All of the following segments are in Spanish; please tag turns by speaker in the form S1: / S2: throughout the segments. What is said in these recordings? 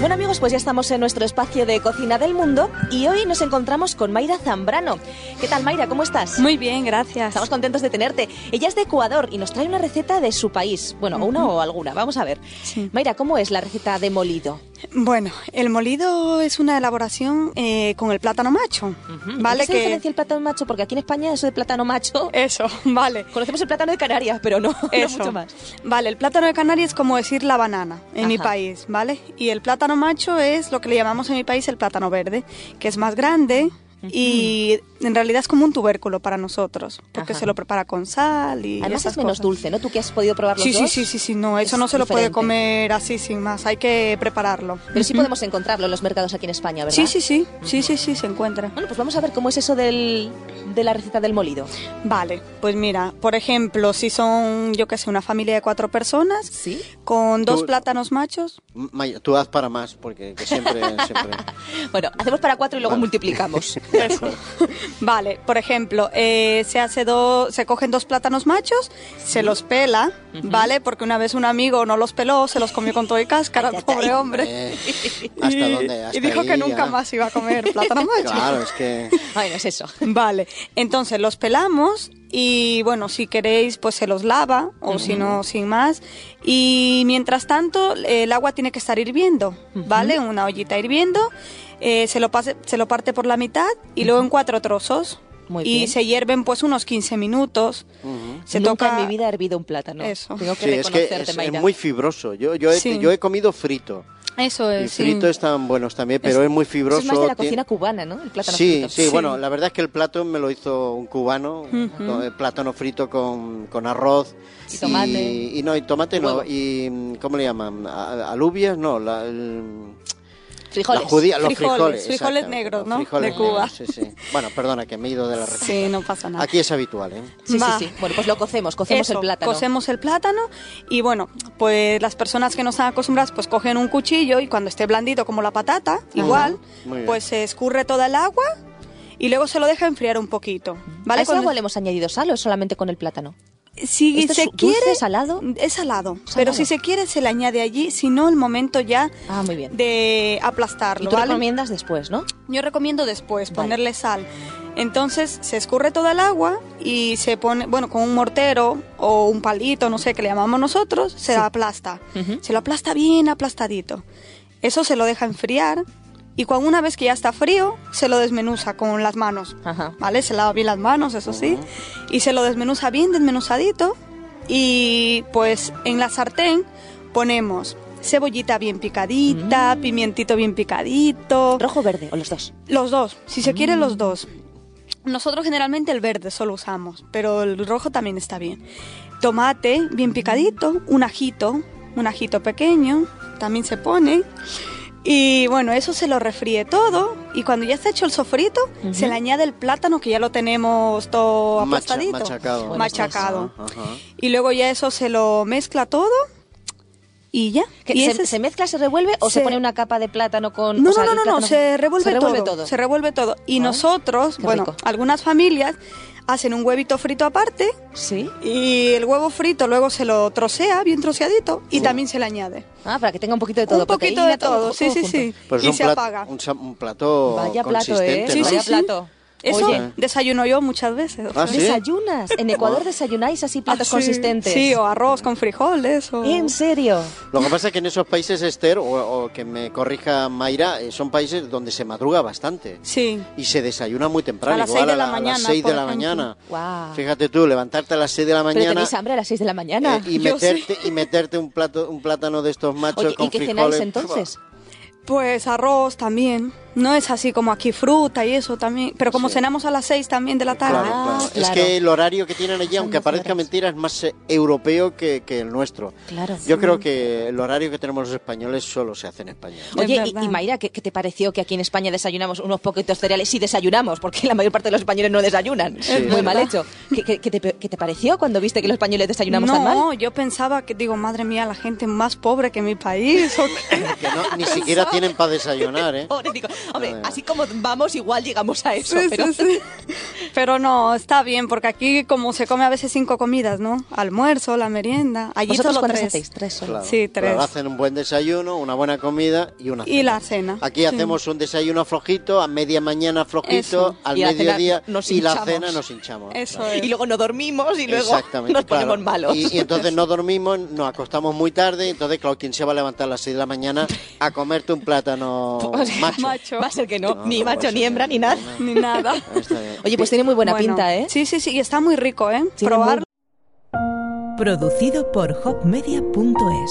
S1: Bueno amigos, pues ya estamos en nuestro espacio de Cocina del Mundo y hoy nos encontramos con Mayra Zambrano. ¿Qué tal Mayra? ¿Cómo estás?
S2: Muy bien, gracias.
S1: Estamos contentos de tenerte. Ella es de Ecuador y nos trae una receta de su país. Bueno, una o alguna, vamos a ver.
S2: Sí.
S1: Mayra, ¿cómo es la receta de molido?
S2: Bueno, el molido es una elaboración eh, con el plátano macho, ¿vale?
S1: ¿Qué se Mm, diferencia el plátano macho? Porque aquí en España eso de plátano macho...
S2: Eso, vale.
S1: Conocemos el plátano de Canarias, pero no, no
S2: Eso.
S1: mucho más.
S2: Vale, el plátano de Canarias es como decir la banana en mi
S1: Ajá.
S2: país, ¿vale? Y el plátano macho es lo que le llamamos en mi país el plátano verde, que es más grande y en realidad es como un tubérculo para nosotros, porque
S1: Ajá.
S2: se lo prepara con sal y
S1: Además
S2: esas
S1: es menos
S2: cosas.
S1: dulce, ¿no? Tú que has podido probar los
S2: Sí, sí,
S1: dos.
S2: sí, sí, sí, no, eso
S1: Es
S2: no se lo puede
S1: diferente.
S2: comer así sin más, hay que prepararlo.
S1: Pero sí podemos encontrarlo en los mercados aquí en España, ¿verdad?
S2: Sí, sí, sí, sí, sí, sí, se encuentra.
S1: Bueno, pues vamos a ver cómo es eso del, de la receta del molido.
S2: Vale, pues mira, por ejemplo, si son, yo qué sé, una familia de cuatro personas,
S1: Sí.
S2: con dos
S3: Tú-
S2: plátanos machos,
S3: May- tú haz para más, porque que siempre... siempre...
S1: Bueno, hacemos para cuatro y luego
S3: Vale.
S1: multiplicamos.
S2: vale, por ejemplo, eh, se hace dos, se cogen dos plátanos machos, se los pela, ¿vale? Porque una vez un amigo no los peló, se los comió con todo y cáscara,
S1: Ay, ay, ay.
S2: pobre hombre.
S3: Eh, ¿Hasta
S2: y,
S3: dónde? Hasta
S2: y dijo
S3: ahí,
S2: que nunca
S3: ya.
S2: más iba a comer plátano macho.
S3: Claro, es que...
S1: bueno, es eso.
S2: Vale, entonces los pelamos y bueno, si queréis pues se los lava o si no, sin más. Y mientras tanto el agua tiene que estar hirviendo, ¿vale? En Una ollita hirviendo, eh, se, lo pase- se lo parte por la mitad y luego en cuatro trozos.
S1: Muy
S2: y
S1: bien.
S2: se hierven pues unos 15 minutos.
S3: Ujú.
S2: Se
S1: Nunca
S2: toca
S1: en mi vida he hervido un plátano.
S2: Eso.
S1: Tengo que
S3: Sí, es que
S1: reconocerte,
S3: es, es
S1: Mayra.
S3: muy fibroso. Yo, yo, he,
S2: Sí.
S3: yo he comido frito.
S2: Eso
S3: Y
S2: es. sí.
S3: frito están buenos también, pero es, muy
S1: Eso
S3: fibroso.
S1: es más de la
S3: tiene-
S1: cocina cubana, ¿no? El plátano
S3: sí,
S1: frito.
S3: sí, bueno, la verdad es que el plato me lo hizo un cubano, con- eh, plátano frito con, con arroz.
S1: Y tomate.
S3: Y, y no, y tomate
S1: Huevo.
S3: no. ¿Y mm, cómo le llaman? A- ¿Alubias? No, la, el-
S1: Frijoles.
S3: la judía, los
S2: Frijoles,
S3: frijoles.
S2: frijoles
S3: exactamente,
S2: negros,
S3: los
S2: ¿no?
S3: frijoles
S2: De Cuba.
S3: negros, sí, sí. Bueno, perdona, que me he ido de la receta.
S2: Sí, no pasa nada.
S3: Aquí es habitual, ¿eh?
S1: Sí, sí,
S2: Va.
S1: sí. Bueno, pues lo cocemos, cocemos el
S2: Eso,
S1: plátano.
S2: Cocemos el plátano y bueno, pues las personas que no están acostumbradas pues cogen un cuchillo y cuando esté blandito como la patata, igual,
S3: Muy bien.
S2: pues se escurre toda el agua y luego se lo deja enfriar un poquito.
S1: ¿A
S2: ¿Vale?
S1: ese
S2: Cuando-
S1: agua le hemos añadido sal o es solamente con el plátano?
S2: si
S1: ¿Esto es
S2: se
S1: dulce,
S2: quiere
S1: salado?
S2: es salado,
S1: Salado.
S2: pero si se quiere se le añade allí, si no el momento ya
S1: Ah, muy bien.
S2: de
S1: Y
S2: aplastarlo,
S1: tú
S2: ¿vale?
S1: recomiendas después, ¿no?
S2: Yo recomiendo después
S1: Vale.
S2: ponerle sal. Entonces se escurre toda el agua y se pone, bueno, con un mortero o un palito, no sé qué le llamamos nosotros, se aplasta.
S1: Ujú.
S2: Se lo aplasta bien aplastadito. Eso se lo deja enfriar y cuando una vez que ya está frío, se lo desmenuza con las manos.
S1: Ajá.
S2: ¿Vale? Se lava bien las manos, eso sí. Y se lo desmenuza bien desmenuzadito. Y pues en la sartén ponemos cebollita bien
S1: Mm.
S2: picadita, pimientito bien picadito.
S1: ¿Rojo o verde? ¿O los dos?
S2: Los dos, si se quiere
S3: Mm.
S2: los dos. Nosotros generalmente el verde solo usamos, pero el rojo también está bien. Tomate bien picadito, un ajito, un ajito pequeño, también se pone. Y bueno, eso se lo refríe todo y cuando ya está hecho el sofrito, se le añade el plátano que ya lo tenemos todo
S3: Macha-
S2: aplastadito.
S3: machacado.
S1: Bueno,
S2: Machacado.
S3: Ajá, ajá.
S2: Y luego ya eso se lo mezcla todo y ya.
S1: ¿Qué,
S2: Y
S1: se,
S2: ese es-
S1: se mezcla, se revuelve o se,
S2: se-
S1: pone una capa de plátano con.?
S2: no,
S1: o sea,
S2: no,
S1: el
S2: no, no, no,
S1: plátano-
S2: se revuelve,
S1: se revuelve
S2: todo, Se revuelve todo. Y
S1: Ah,
S2: nosotros,
S1: qué
S2: bueno,
S1: rico.
S2: algunas familias hacen un huevito frito aparte
S1: Sí.
S2: y el huevo frito luego se lo trocea, bien troceadito, y también se le añade.
S1: Ah, para que tenga un poquito de todo.
S2: un poquito
S1: proteína,
S2: de todo, sí, sí,
S1: junto.
S2: sí.
S3: Pues
S2: y
S3: un,
S2: se
S3: plat-
S2: apaga.
S3: un sa- un plato
S1: Vaya plato, ¿eh?
S3: consistente,
S2: Sí,
S3: ¿no?
S1: Vaya
S2: sí, sí.
S1: plato.
S2: Eso
S1: Oye,
S2: desayuno yo muchas veces.
S3: Ah, ¿sí?
S1: desayunas. En Ecuador desayunáis así platos
S2: Ah, sí.
S1: consistentes.
S2: Sí, o arroz con frijoles. O...
S1: ¿En serio?
S3: Lo que pasa es que en esos países, Esther, o, o que me corrija Mayra, eh, son países donde se madruga bastante.
S2: Sí.
S3: Y se desayuna muy temprano,
S2: A las
S3: igual
S2: seis de
S3: a,
S2: la
S3: a las
S2: mañana,
S3: 6 de
S2: por
S3: la
S2: ejemplo.
S3: mañana.
S1: Guau.
S3: Fíjate tú, levantarte a las 6 de la
S1: Pero
S3: mañana
S1: tenéis hambre a las 6 de la mañana.
S3: eh, y,
S2: Yo sí.
S3: meterte, y meterte un plato un plátano de estos machos
S1: Oye,
S3: con
S1: ¿y qué cenáis
S3: frijoles.
S1: entonces?
S2: Pues arroz también. No es así como aquí fruta y eso también. Pero como cenamos a las seis también de la tarde.
S3: Claro,
S1: Ah,
S3: claro. Es
S1: claro.
S3: que el horario que tienen allí, aunque
S1: doce
S3: parezca
S1: horas.
S3: mentira, es más eh, europeo que, que el nuestro.
S1: Claro.
S3: Yo creo que el horario que tenemos los españoles solo se hace en España.
S1: Oye,
S2: Es
S1: y,
S2: verdad.
S1: y Mayra, ¿qué, qué te pareció que aquí en España desayunamos unos poquitos cereales? Sí, desayunamos, porque la mayor parte de los españoles no desayunan.
S3: Sí.
S1: Muy mal
S2: verdad.
S1: hecho. ¿Qué, qué- qué te, qué te pareció cuando viste que los españoles desayunamos
S2: no,
S1: tan mal?
S2: yo pensaba que, digo, madre mía, la gente más pobre que mi país. ¿o qué?
S3: Que no- ni siquiera tienen para desayunar, ¿eh?
S1: Pobre, digo, Hombre,
S3: Madre mía.
S1: así como vamos, igual llegamos a eso.
S2: Sí,
S1: pero...
S2: sí, sí. Pero no, está bien, porque aquí como se come a veces cinco comidas, ¿no? Almuerzo, la merienda, allí
S1: ¿Vosotros
S2: solo
S1: cuántas
S2: tres.
S1: hacéis? Tres solo.
S3: Claro.
S2: Sí, tres.
S3: Pero hacen un buen desayuno, una buena comida y una
S2: Y la cena.
S3: Aquí
S2: sí.
S3: hacemos un desayuno flojito, a media mañana flojito,
S2: Eso.
S3: al
S1: Y la cena
S3: mediodía
S1: nos
S3: y la
S1: hinchamos.
S3: cena nos hinchamos.
S2: Eso
S3: Claro.
S2: es.
S1: Y luego no dormimos y luego
S3: Exactamente,
S1: nos
S3: claro.
S1: ponemos malos.
S3: Y, y entonces no dormimos, nos acostamos muy tarde, entonces claro, ¿quién se va a levantar a las 6 de la mañana a comerte un plátano
S1: O sea,
S3: macho?
S2: macho.
S1: Va a ser que Pues, no,
S3: No,
S1: ni
S3: no,
S1: macho,
S3: eso
S1: ni
S3: no,
S1: hembra, ni
S3: no,
S1: nada.
S3: no.
S2: Ni nada.
S3: Está bien.
S1: Oye, pues tiene muy buena
S2: Bueno,
S1: pinta, ¿eh?
S2: Sí, sí, sí, y está muy rico, ¿eh?
S1: Tiene muy-
S2: Probarlo.
S4: Producido por hopmedia.es.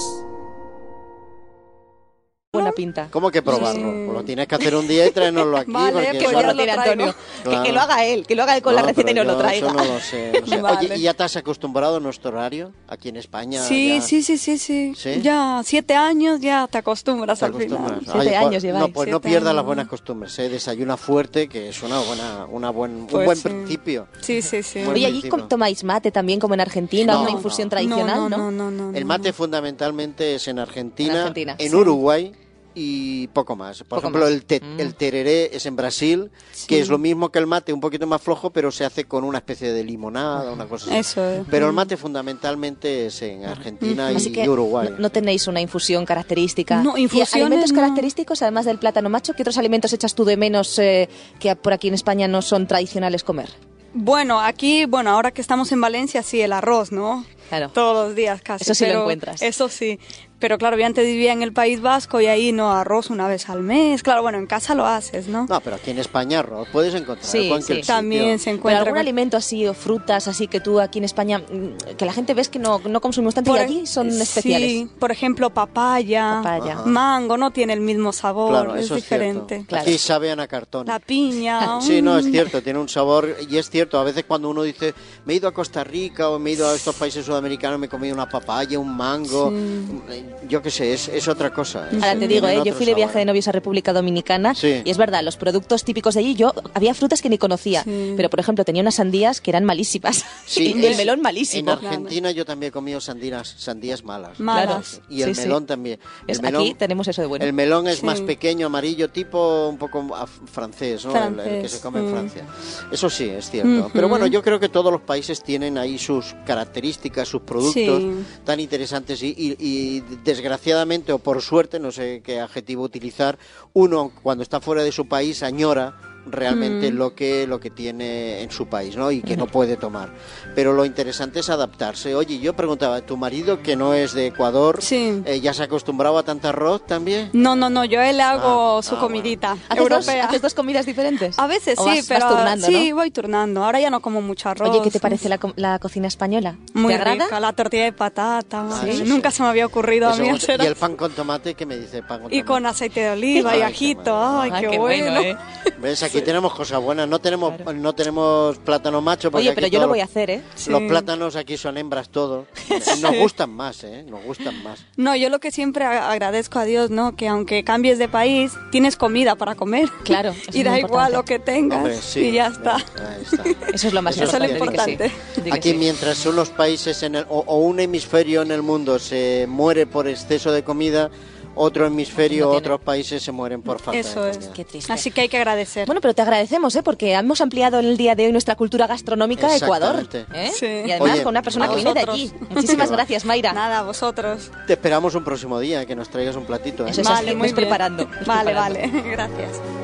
S1: Buena pinta.
S3: ¿Cómo que probarlo?
S2: Sí.
S3: Pues lo tienes que hacer un día y traernoslo aquí.
S2: Vale,
S3: porque
S2: pues
S1: Que
S3: eso
S1: ya
S2: yo
S1: lo
S3: no-
S2: lo
S1: tiene
S2: traigo.
S1: Antonio. Que- Que,
S3: Claro.
S1: lo haga él, que lo haga él con la
S3: No,
S1: receta y
S3: pero
S1: nos lo
S3: yo
S1: traiga.
S3: eso no lo sé, no sé.
S2: Vale.
S3: Oye, ¿y ya te has acostumbrado a nuestro horario aquí en España?
S2: Sí,
S3: ya
S2: sí, sí, sí, sí,
S3: ¿Sí?
S2: Ya, siete años, ya te acostumbras
S3: te
S2: al
S3: acostumbras.
S2: final.
S1: pues Siete
S3: Ay,
S1: años
S3: por-
S1: lleváis,
S3: No, pues no
S2: siete
S3: pierdas
S2: años.
S3: las buenas costumbres. ¿eh? Desayuna fuerte, que es una buena, una buen, un
S2: Pues
S3: buen
S2: sí.
S3: principio.
S2: Sí, sí, sí.
S3: ah. Muy
S1: Oye,
S3: bien.
S1: allí
S3: Sí,
S1: com-
S3: no.
S1: tomáis mate también, como en Argentina,
S3: No,
S1: una
S3: no,
S1: infusión
S3: no.
S1: tradicional, ¿no?
S2: no, no, no, no,
S3: El mate fundamentalmente es en Argentina,
S1: En
S3: en,
S1: Argentina, sí.
S3: Uruguay y poco más. Por
S1: Poco
S3: ejemplo,
S1: más. Mm.
S3: El, te- el tereré es en Brasil, que es lo mismo que el mate, un poquito más flojo, pero se hace con una especie de limonada, una cosa así.
S2: Eso es.
S3: Pero el mate fundamentalmente es en Argentina
S1: Así
S3: y,
S1: que
S3: y Uruguay.
S1: no, no tenéis una infusión característica.
S2: No,
S1: ¿Y
S2: infusiones
S1: alimentos
S2: no.
S1: característicos, además del plátano macho, ¿qué otros alimentos echas tú de menos eh, que por aquí en España no son tradicionales comer?
S2: Bueno, aquí, bueno, ahora que estamos en Valencia, sí, el arroz, ¿no?
S1: Claro.
S2: Todos los días casi.
S1: Eso sí lo
S2: pero-
S1: encuentras.
S2: Eso sí. Pero claro, yo antes vivía en el País Vasco y ahí no, arroz una vez al mes. Claro, bueno, en casa lo haces, ¿no?
S3: No, pero aquí en España arroz puedes encontrar
S1: Sí,
S3: en cualquier
S1: sí.
S3: sitio.
S2: También se
S1: ¿Pero
S2: encuentra.
S1: algún
S2: con-
S1: alimento así o frutas así que tú aquí en España, mm, que la gente ves que no, no consumimos tanto y
S2: Por-
S1: aquí son
S2: sí,
S1: especiales?
S2: por ejemplo, papaya,
S1: Papaya. Ajá.
S2: mango, no tiene el mismo sabor,
S3: Claro,
S2: es
S3: eso es
S2: diferente.
S3: cierto.
S1: Claro.
S3: Aquí saben a cartón.
S2: La piña.
S3: Sí, no, es
S2: mm,
S3: cierto, tiene un sabor y es cierto, a veces cuando uno dice, me he ido a Costa Rica o me he ido a estos países sudamericanos, me he comido una papaya, un mango, Mm, yo qué sé, es, es otra cosa. es-
S1: Ahora te digo,
S3: tiene
S1: ¿eh? yo
S3: otro
S1: fui de viaje
S3: sabor.
S1: de novios a República Dominicana
S3: Sí.
S1: y es verdad, los productos típicos de allí, yo había frutas que ni conocía,
S2: Sí.
S1: pero por ejemplo tenía unas sandías que eran malísimas
S3: Sí,
S1: y el
S3: es-
S1: melón
S3: En
S1: malísimo.
S3: Argentina yo también he comido sandías, sandías malas.
S2: Malas.
S3: Y el
S1: Sí, sí.
S3: melón también. El
S1: Es-
S3: melón-
S1: aquí tenemos eso de bueno.
S3: El melón es
S2: Sí.
S3: más pequeño, amarillo, tipo un poco af- francés, ¿no? El- El, que
S2: Francés,
S3: se come en
S2: mm.
S3: Francia. Eso sí, es cierto. Pero
S2: Ujú.
S3: bueno, yo creo que todos los países tienen ahí sus características, sus productos
S2: Sí.
S3: tan interesantes y, y- y desgraciadamente o por suerte, no sé qué adjetivo utilizar, uno cuando está fuera de su país añora realmente
S1: Mm.
S3: lo que lo que tiene en su país, ¿no? Y que no puede tomar. Pero lo interesante es adaptarse. Oye, yo preguntaba, tu marido que no es de Ecuador,
S2: Sí.
S3: eh, ya se ha acostumbrado a tanto arroz también.
S2: No, no, no, yo le hago
S3: Ah,
S2: su
S3: ah,
S2: comidita
S1: ¿Haces dos,
S2: europea.
S1: haces dos comidas diferentes?
S2: A veces
S1: ¿O
S2: sí,
S1: vas- vas
S2: pero
S1: turnando,
S2: sí,
S1: ¿no?
S2: voy turnando. Ahora ya no como mucho arroz.
S1: Oye, ¿qué te parece la, co- la cocina española?
S2: Muy
S1: ¿Te agrada?
S2: rica, la tortilla de patata.
S3: Ah,
S2: sí.
S3: sí, sí.
S2: Nunca se me había ocurrido a
S3: Eso
S2: mí
S3: es-
S2: hacer
S3: y el pan con tomate, ¿qué me dice? Pan con
S2: Y
S3: tomate.
S2: con aceite de oliva y
S3: Ay, qué
S2: ajito.
S3: bueno.
S2: Ay,
S1: Ah,
S2: qué, bueno.
S1: ¿eh?
S3: ¿Ves? Aquí tenemos cosas buenas. No tenemos, no tenemos plátano macho. porque
S1: Oye,
S3: aquí
S1: pero yo lo
S3: todos
S1: voy a hacer, ¿eh?
S3: los-
S2: Sí.
S3: Los plátanos aquí son hembras todos. Nos gustan más, ¿eh? Nos gustan más.
S2: No, yo lo que siempre a- agradezco a Dios, ¿no? Que aunque cambies de país, tienes comida para comer.
S1: Claro, eso es
S2: Y da
S1: muy
S2: igual
S1: importante.
S2: lo que tengas.
S3: Hombre, sí,
S2: y ya está.
S3: ahí está.
S1: Eso es lo más
S3: Eso es lo
S1: importante, di que sí,
S2: importante.
S1: di que
S3: Aquí
S1: sí.
S3: mientras unos países en el- o, o un hemisferio en el mundo se muere por exceso de comida, otro hemisferio,
S1: No tiene.
S3: otros países se mueren por falta
S2: Eso
S3: de
S2: es.
S3: comida.
S1: Qué triste.
S2: Así que hay que agradecer.
S1: Bueno, pero te agradecemos, ¿eh? Porque hemos ampliado en el día de hoy nuestra cultura gastronómica de Ecuador.
S3: Exactamente.
S1: ¿eh?
S2: Sí.
S1: Y además
S3: Oye,
S1: con una persona
S3: a
S1: que viene de
S2: vosotros.
S1: allí. Muchísimas
S3: Qué va.
S1: gracias, Mayra.
S2: Nada, vosotros.
S3: Te esperamos un próximo día que nos traigas un platito. ¿eh?
S1: Eso es
S2: vale,
S1: así,
S2: muy
S1: ves
S2: bien.
S1: preparando, ves
S2: Vale,
S1: preparando.
S2: vale. Gracias.